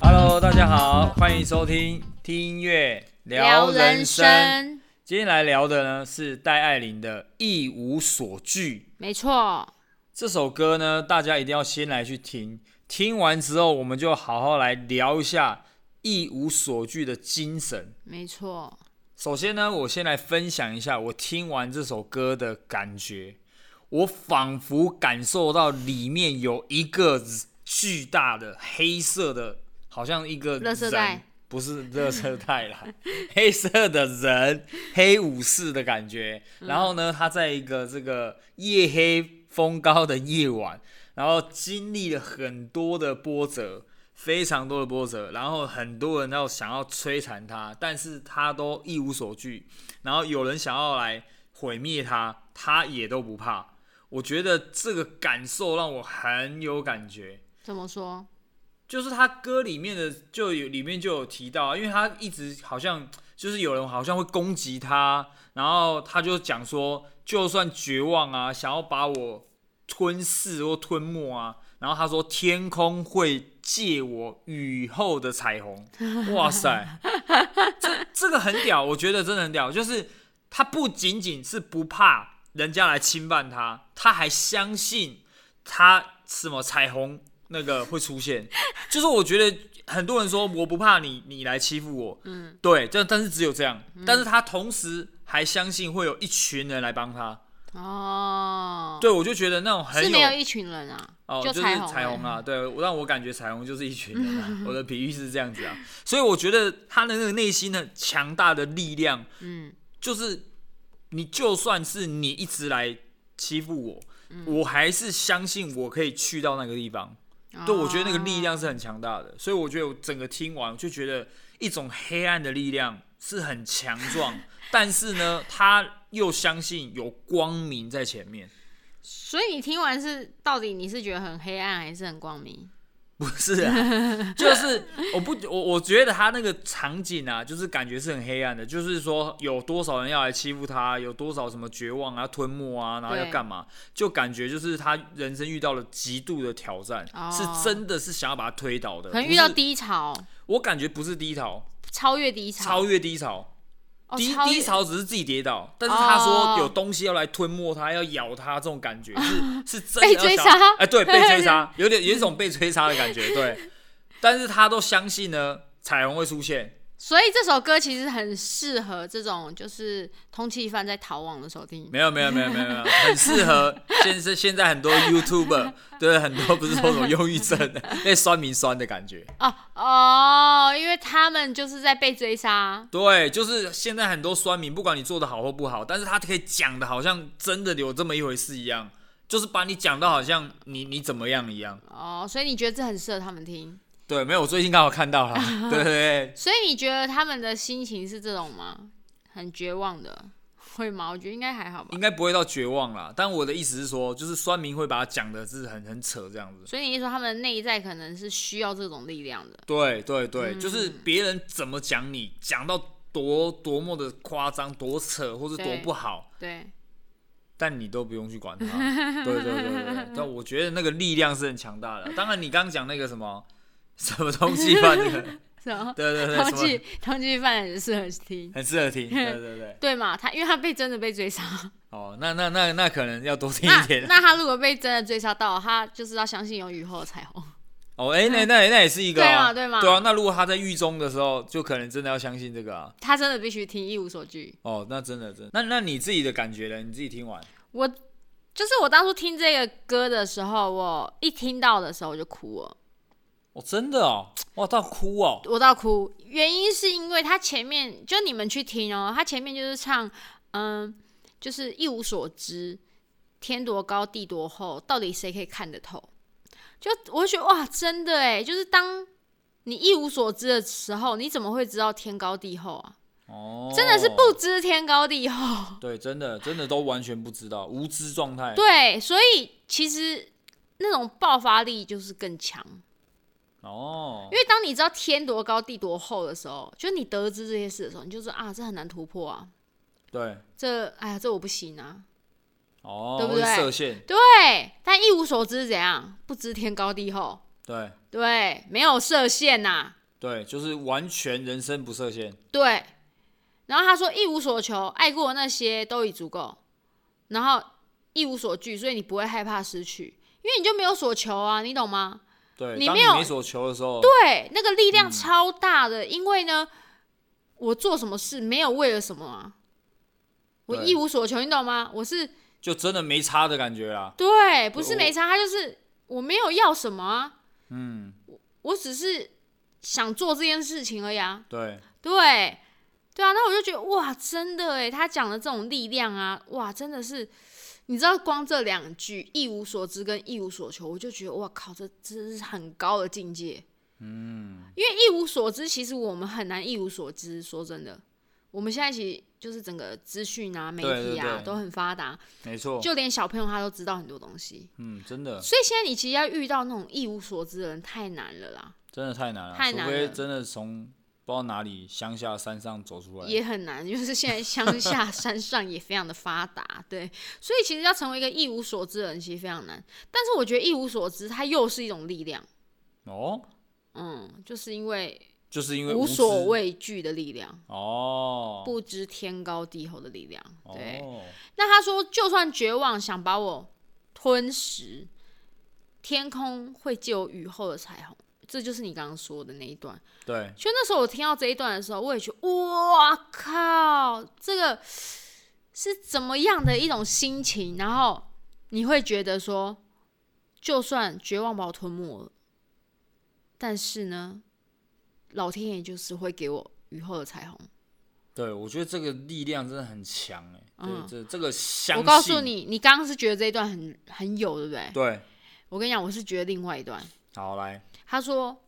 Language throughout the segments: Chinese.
Hello，大家好，欢迎收听听音乐聊人生。，今天来聊的呢是戴爱玲的《一无所惧》没错，这首歌呢，大家一定要先来去听，听完之后我们就好好来聊一下《一无所惧》的精神。没错，首先呢，我先来分享一下我听完这首歌的感觉。我仿佛感受到里面有一个巨大的黑色的，好像一个垃圾人袋，不是垃圾袋啦， 黑色的人，黑武士的感觉。然后呢，他在一个这个夜黑风高的夜晚，然后经历了很多的波折，非常多的波折，然后很多人要想要摧残他，但是他都一无所惧，然后有人想要来毁灭他，他也都不怕。我觉得这个感受让我很有感觉，怎么说？就是他歌里面的就有里面就有提到啊，因为他一直好像就是有人好像会攻击他，然后他就讲说，就算绝望啊，想要把我吞噬或吞没啊，然后他说天空会借我雨后的彩虹，哇塞，这这个很屌，我觉得真的很屌，就是他不仅仅是不怕人家来侵犯他，他还相信他什么彩虹那个会出现，就是我觉得很多人说我不怕你，你来欺负我，嗯，对，但但是只有这样，但是他同时还相信会有一群人来帮他，哦，对我就觉得那种很是没有一群人啊，哦，就是彩虹彩虹啊，啊，对，我让我感觉彩虹就是一群人啊， 我的比喻是这样子啊，所以我觉得他的那个内心的强大的力量，嗯，就是你就算是你一直来欺负我，嗯我还是相信我可以去到那个地方。对，我觉得那个哦力量是很强大的，所以我觉得我整个听完就觉得一种黑暗的力量是很强 壮，但是呢，他又相信有光明在前面。所以你听完是到底你是觉得很黑暗还是很光明？不是啊， 就是我不我我觉得他那个场景啊，就是感觉是很黑暗的，就是说有多少人要来欺负他，有多少什么绝望啊、吞没啊，然后要对干嘛，就感觉就是他人生遇到了极度的挑战，哦是真的是想要把他推倒的。可能呃不遇到是，低潮，我感觉不是低潮，超越低潮，超越低潮。哦低超越低潮只是自己跌倒，但是他说哦有东西要来吞没他，要咬他，这种感 觉是是真的被要追想杀哎，对， 被追杀，有点有一种被追杀的感觉，对。但是他都相信呢，彩虹会出现，所以这首歌其实很适合这种就是通缉犯在逃亡的时候听。没有没有没有没有没 有，很适合现在现在很多 YouTuber，对，很多不是说什么忧郁症 的被酸民酸的感觉，哦哦，因为他们就是在被追杀，对，就是现在很多酸民，不管你做的好或不好，但是他可以讲的好像真的有这么一回事一样，就是把你讲到好像你你怎么样一样。哦，所以你觉得这很适合他们听？对，没有，我最近刚好看到了，对对对，所以你觉得他们的心情是这种吗？很绝望的， 会吗？我觉得应该还好吧应。该不会到绝望啦。但我的意思是说，就是酸民会把它讲的是很很扯这样子。所以你是说他们的内在可能是需要这种力量的？对对对，就是别人怎么讲你，讲到多多么的夸张、多扯，或是多对不好，对，但你都不用去管 它。对对对对对，但我觉得那个力量是很强大的。当然，你刚刚讲那个什么什么东西吧， 那个，是啊，对对对，通什么缉通缉犯很适合听，很适合 听。对对对，对嘛？他因为他被真的被 追杀，哦，那那那那可能要多听那一点。那他如果被真的追杀到，他就是要相信有雨后的彩虹。哦，哎、那那那也是一个、啊，对嘛对嘛对啊，那如果他在狱中的时候，就可能真的要相信这个啊。他真的必须听一无所惧。哦，那真的真的那那你自己的感觉呢？你自己听完，我就是我当初听这个歌的时候，我一听到的时候我就哭了，哦，真的哦，哇，到哭哦，我到哭。原因是因为他前面就你们去听哦，他前面就是唱，嗯，就是一无所知，天多高地多厚，到底谁可以看得透？就我就觉得哇，真的哎，就是当你一无所知的时候，你怎么会知道天高地厚啊？哦，真的是不知天高地厚。 对，真的真的都完全不知道，无知状态。对，所以其实那种爆发力就是更强，哦因，为当你知道天多高、地多厚的时候，就是你得知这些事的时候，你就说啊，这很难突破啊，对，这哎呀，这我不行啊，哦，对不会对射线，对，但一无所知是怎样？不知天高地厚，对对，没有射线呐、对，就是完全人生不射线。对。然后他说一无所求，爱过的那些都已足够，然后一无所惧，所以你不会害怕失去，因为你就没有所求啊，你懂吗？对，你当没你有没所求的时候，对，那个力量超大的，因为呢，我做什么事没有为了什么啊，我对一无所求，你懂吗？我是就真的没差的感觉啦。对，不是我没差，他就是我没有要什么啊，嗯，我只是想做这件事情而已啊，对，对，对啊，那我就觉得哇，真的哎，他讲的这种力量啊，哇，真的是，你知道光这两句一无所知跟一无所求，我就觉得哇靠，这真是很高的境界。嗯，因为一无所知，其实我们很难一无所知。说真的，我们现在其实就是整个资讯啊、媒体啊对对哦都很发达，没错，就连小朋友他都知道很多东西。嗯，真的所以现在你其实要遇到那种一无所知的人太难了啦，真的太难了，太难除非了真的从不知道哪里乡下山上走出来。也很难， 就是现在乡下山上也非常的发达，对，所以其实要成为一个一无所知的人，其实非常难。但是我觉得一无所知，它又是一种力量，哦，嗯，就是因为就是因为无知所畏惧的力量，哦，不知天高地厚的力量。对，哦，那他说，就算绝望想把我吞食，天空会借我雨后的彩虹。这就是你刚刚说的那一段，对，就那时候我听到这一段的时候，我也觉得哇靠，这个是怎么样的一种心情？然后你会觉得说，就算绝望把我吞没了，但是呢，老天爷就是会给我雨后的彩虹。对，我觉得这个力量真的很强哎、嗯对，这这个相我信，告诉，你，你刚刚是觉得这一段很很有，对不对？对，我跟你讲，我是觉得另外一段，好来，他说，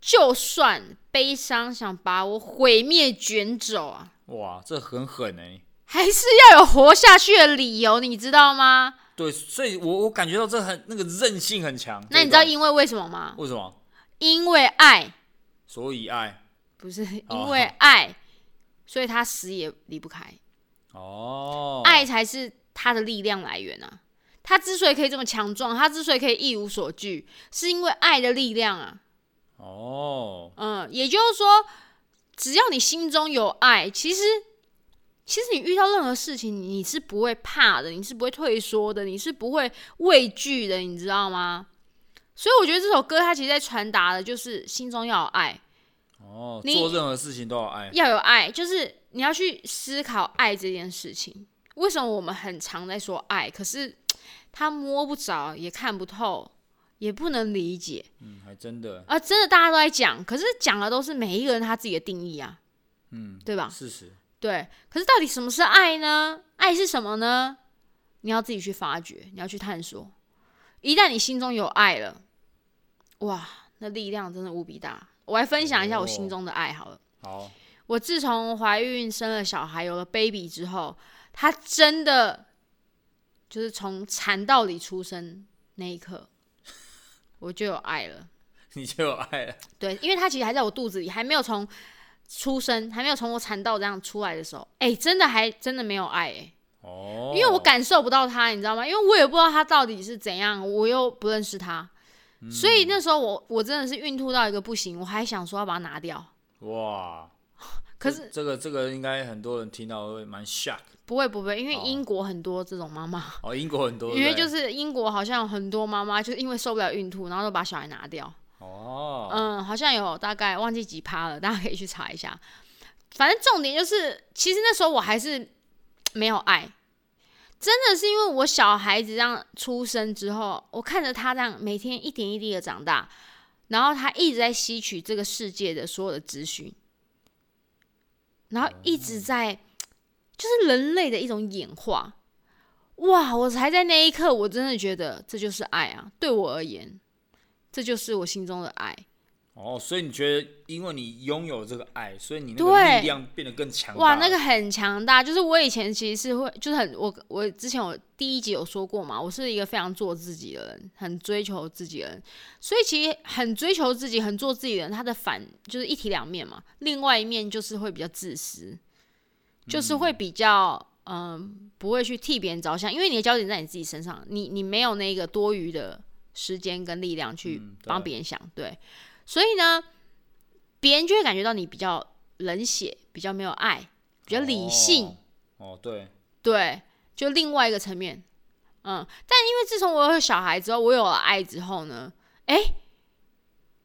就算悲伤想把我毁灭卷走啊，哇，这很狠哎、还是要有活下去的理由，你知道吗？对，所以我我感觉到这很那个韧性很强。那这一你知道段因为为什么吗？为什么？因为爱，所以爱不是因哦为爱，所以他死也离不开，哦，爱才是他的力量来源啊。他之所以可以这么强壮，他之所以可以一无所惧，是因为爱的力量啊。哦，嗯，也就是说，只要你心中有爱，其实其实你遇到任何事情，你是不会怕的，你是不会退缩的，你是不会畏惧的，你知道吗？所以我觉得这首歌它其实在传达的就是心中要有爱，哦，你做任何事情都要爱，要有爱，就是你要去思考爱这件事情。为什么我们很常在说爱，可是它摸不着，也看不透，也不能理解嗯，还真的，啊？真的大家都在讲，可是讲的都是每一个人他自己的定义啊，嗯，对吧？事实，对，可是到底什么是爱呢？爱是什么呢？你要自己去发掘，你要去探索。一旦你心中有爱了，哇，那力量真的无比大。我来分享一下我心哦中的爱好了。好，我自从怀孕生了小孩，有了 baby 之后，他真的就是从产道里出生那一刻，我就有爱了。你就有爱了，对，因为他其实还在我肚子里，还没有从出生，还没有从我产道这样出来的时候，哎、真的还真的没有爱、哎，哦，因为我感受不到他，你知道吗？因为我也不知道他到底是怎样，我又不认识他，嗯所以那时候我我真的是孕吐到一个不行，我还想说要把它拿掉，哇， 可这是这个这个应该很多人听到会蛮 shock 不会不会，因为哦英国很多这种妈妈，哦，英国很多，因为对不对就是英国好像有很多妈妈就是因为受不了孕吐，然后就把小孩拿掉。哦，嗯，好像有大概忘记几趴了，大家可以去查一下。反正重点就是，其实那时候我还是没有爱，真的是因为我小孩子这样出生之后，我看着他这样每天一点一滴的长大，然后他一直在吸取这个世界的所有的资讯，然后一直在就是人类的一种演化。哇！我才在那一刻，我真的觉得这就是爱啊，对我而言，这就是我心中的爱。哦，所以你觉得，因为你拥有这个爱，所以你那个对力量变得更强大哇，那个很强大。就是我以前其实是会，就是很我我之前我第一集有说过嘛，我是一个非常做自己的人，很追求自己的人，所以其实很追求自己、很做自己的人，他的反就是一体两面嘛。另外一面就是会比较自私，就是会比较嗯，不会去替别人着想，因为你的焦点在你自己身上，你你没有那个多余的时间跟力量去嗯对帮别人想，对，所以呢，别人就会感觉到你比较冷血，比较没有爱，比较理性，哦。哦，对，对，就另外一个层面，嗯，但因为自从我有小孩之后，我有了爱之后呢，哎、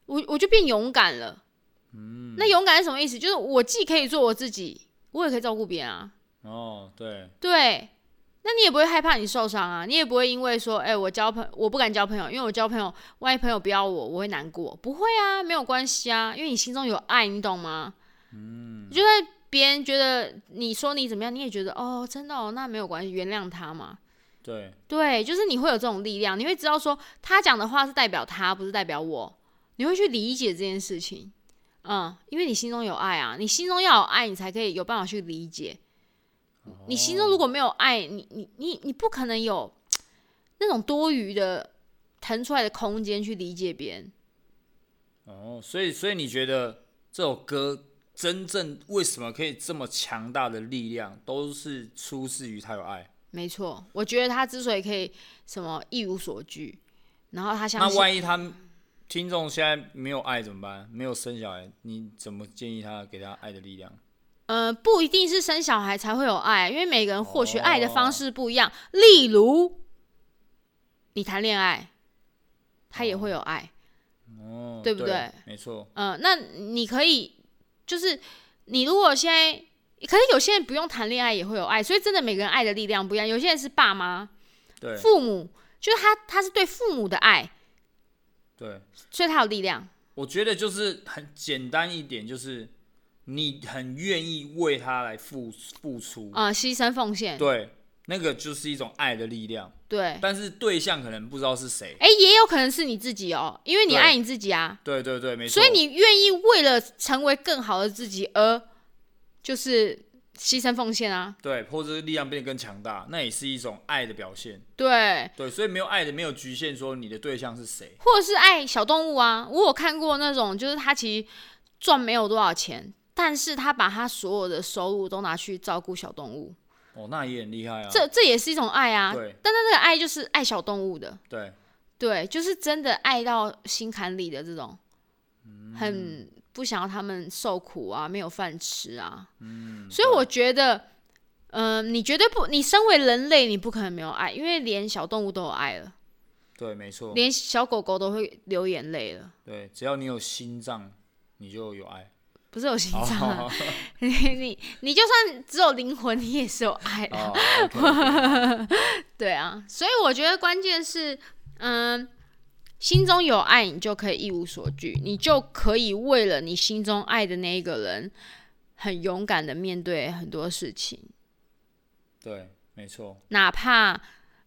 我我就变勇敢了。嗯，那勇敢是什么意思？就是我既可以做我自己，我也可以照顾别人啊。哦，对，对，那你也不会害怕你受伤啊，你也不会因为说，哎、我交朋我不敢交朋友，因为我交朋友，万一朋友不要我，我会难过。不会啊，没有关系啊，因为你心中有爱，你懂吗？嗯，就在别人觉得你说你怎么样，你也觉得哦，真的哦，那没有关系，原谅他嘛。对，对，就是你会有这种力量，你会知道说他讲的话是代表他，不是代表我，你会去理解这件事情。嗯，因为你心中有爱啊，你心中要有爱，你才可以有办法去理解。你心中如果没有爱，你你你你不可能有那种多余的腾出来的空间去理解别人。哦，所以，所以你觉得这首歌真正为什么可以这么强大的力量，都是出自于他有爱。没错，我觉得他之所以可以什么一无所惧，然后他那相信万一他听众现在没有爱怎么办？没有生小孩，你怎么建议他给他爱的力量？呃，不一定是生小孩才会有爱，因为每个人获取爱的哦方式不一样。例如，你谈恋爱，他也会有爱。哦，对对不对？没错，嗯、那你可以就是你如果现在，可是有些人不用谈恋爱也会有爱，所以真的每个人爱的力量不一样。有些人是爸妈、对父母，就是他他是对父母的爱，对。所以他有力量。我觉得就是很简单一点，就是你很愿意为他来付付出，呃，牺牲奉献，对，那个就是一种爱的力量。对，但是对象可能不知道是谁，哎、也有可能是你自己哦，因为你对爱你自己啊。对对对，没错。所以你愿意为了成为更好的自己而就是牺牲奉献啊？对，或者是力量变得更强大，那也是一种爱的表现。对，对，所以没有爱的没有局限，说你的对象是谁。或者是爱小动物啊？我有看过那种，就是他其实赚没有多少钱，但是他把他所有的收入都拿去照顾小动物，哦，那也很厉害啊。这这也是一种爱啊。对但他那个爱就是爱小动物的，对，对，就是真的爱到心坎里的这种，很不想要他们受苦啊，没有饭吃啊。所以我觉得，嗯、你绝对不，你身为人类，你不可能没有爱，因为连小动物都有爱了，对，没错。连小狗狗都会流眼泪了。对，只要你有心脏，你就有爱。不是有心脏、啊，哦 你你你就算只有灵魂，你也是有爱的。哦，OK，OK，对啊，所以我觉得关键是，嗯，心中有爱，你就可以一无所惧，你就可以为了你心中爱的那一个人，很勇敢的面对很多事情，对，没错。哪怕，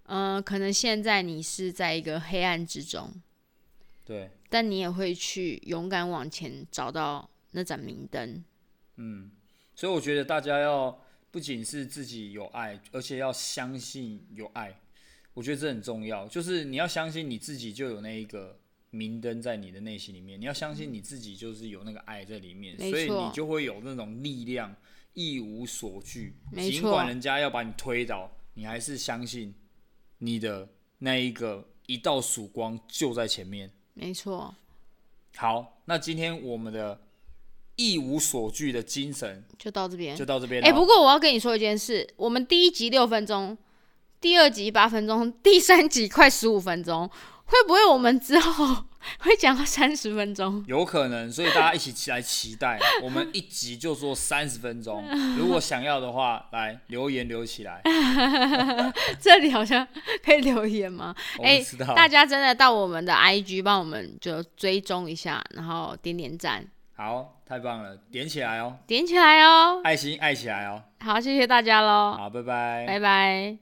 嗯，可能现在你是在一个黑暗之中，对，但你也会去勇敢往前找到那盏明灯。所以我觉得大家要不仅是自己有爱，而且要相信有爱。我觉得这很重要，就是你要相信你自己就有那一个明灯在你的内心里面，你要相信你自己就是有那个爱在里面，没所以错你就会有那种力量，一无所惧。没尽错管人家要把你推倒，你还是相信你的那一个一道曙光就在前面。没错，好，那今天我们的一无所惧的精神就到这边就。到这边哎、了。不过我要跟你说一件事，我们第一集六分钟，第二集八分钟，第三集快十五分钟，会不会我们之后 会讲到三十分钟？有可能，所以大家一起来期待，我们一集就做三十分钟。如果想要的话，来留言留起来。这里好像可以留言吗？我哎、不知道，大家真的到我们的 IG 帮我们就追踪一下，然后点点赞，好，太棒了，点起来哦，点起来哦。爱心爱起来哦。好，谢谢大家喽，好，拜拜。拜拜。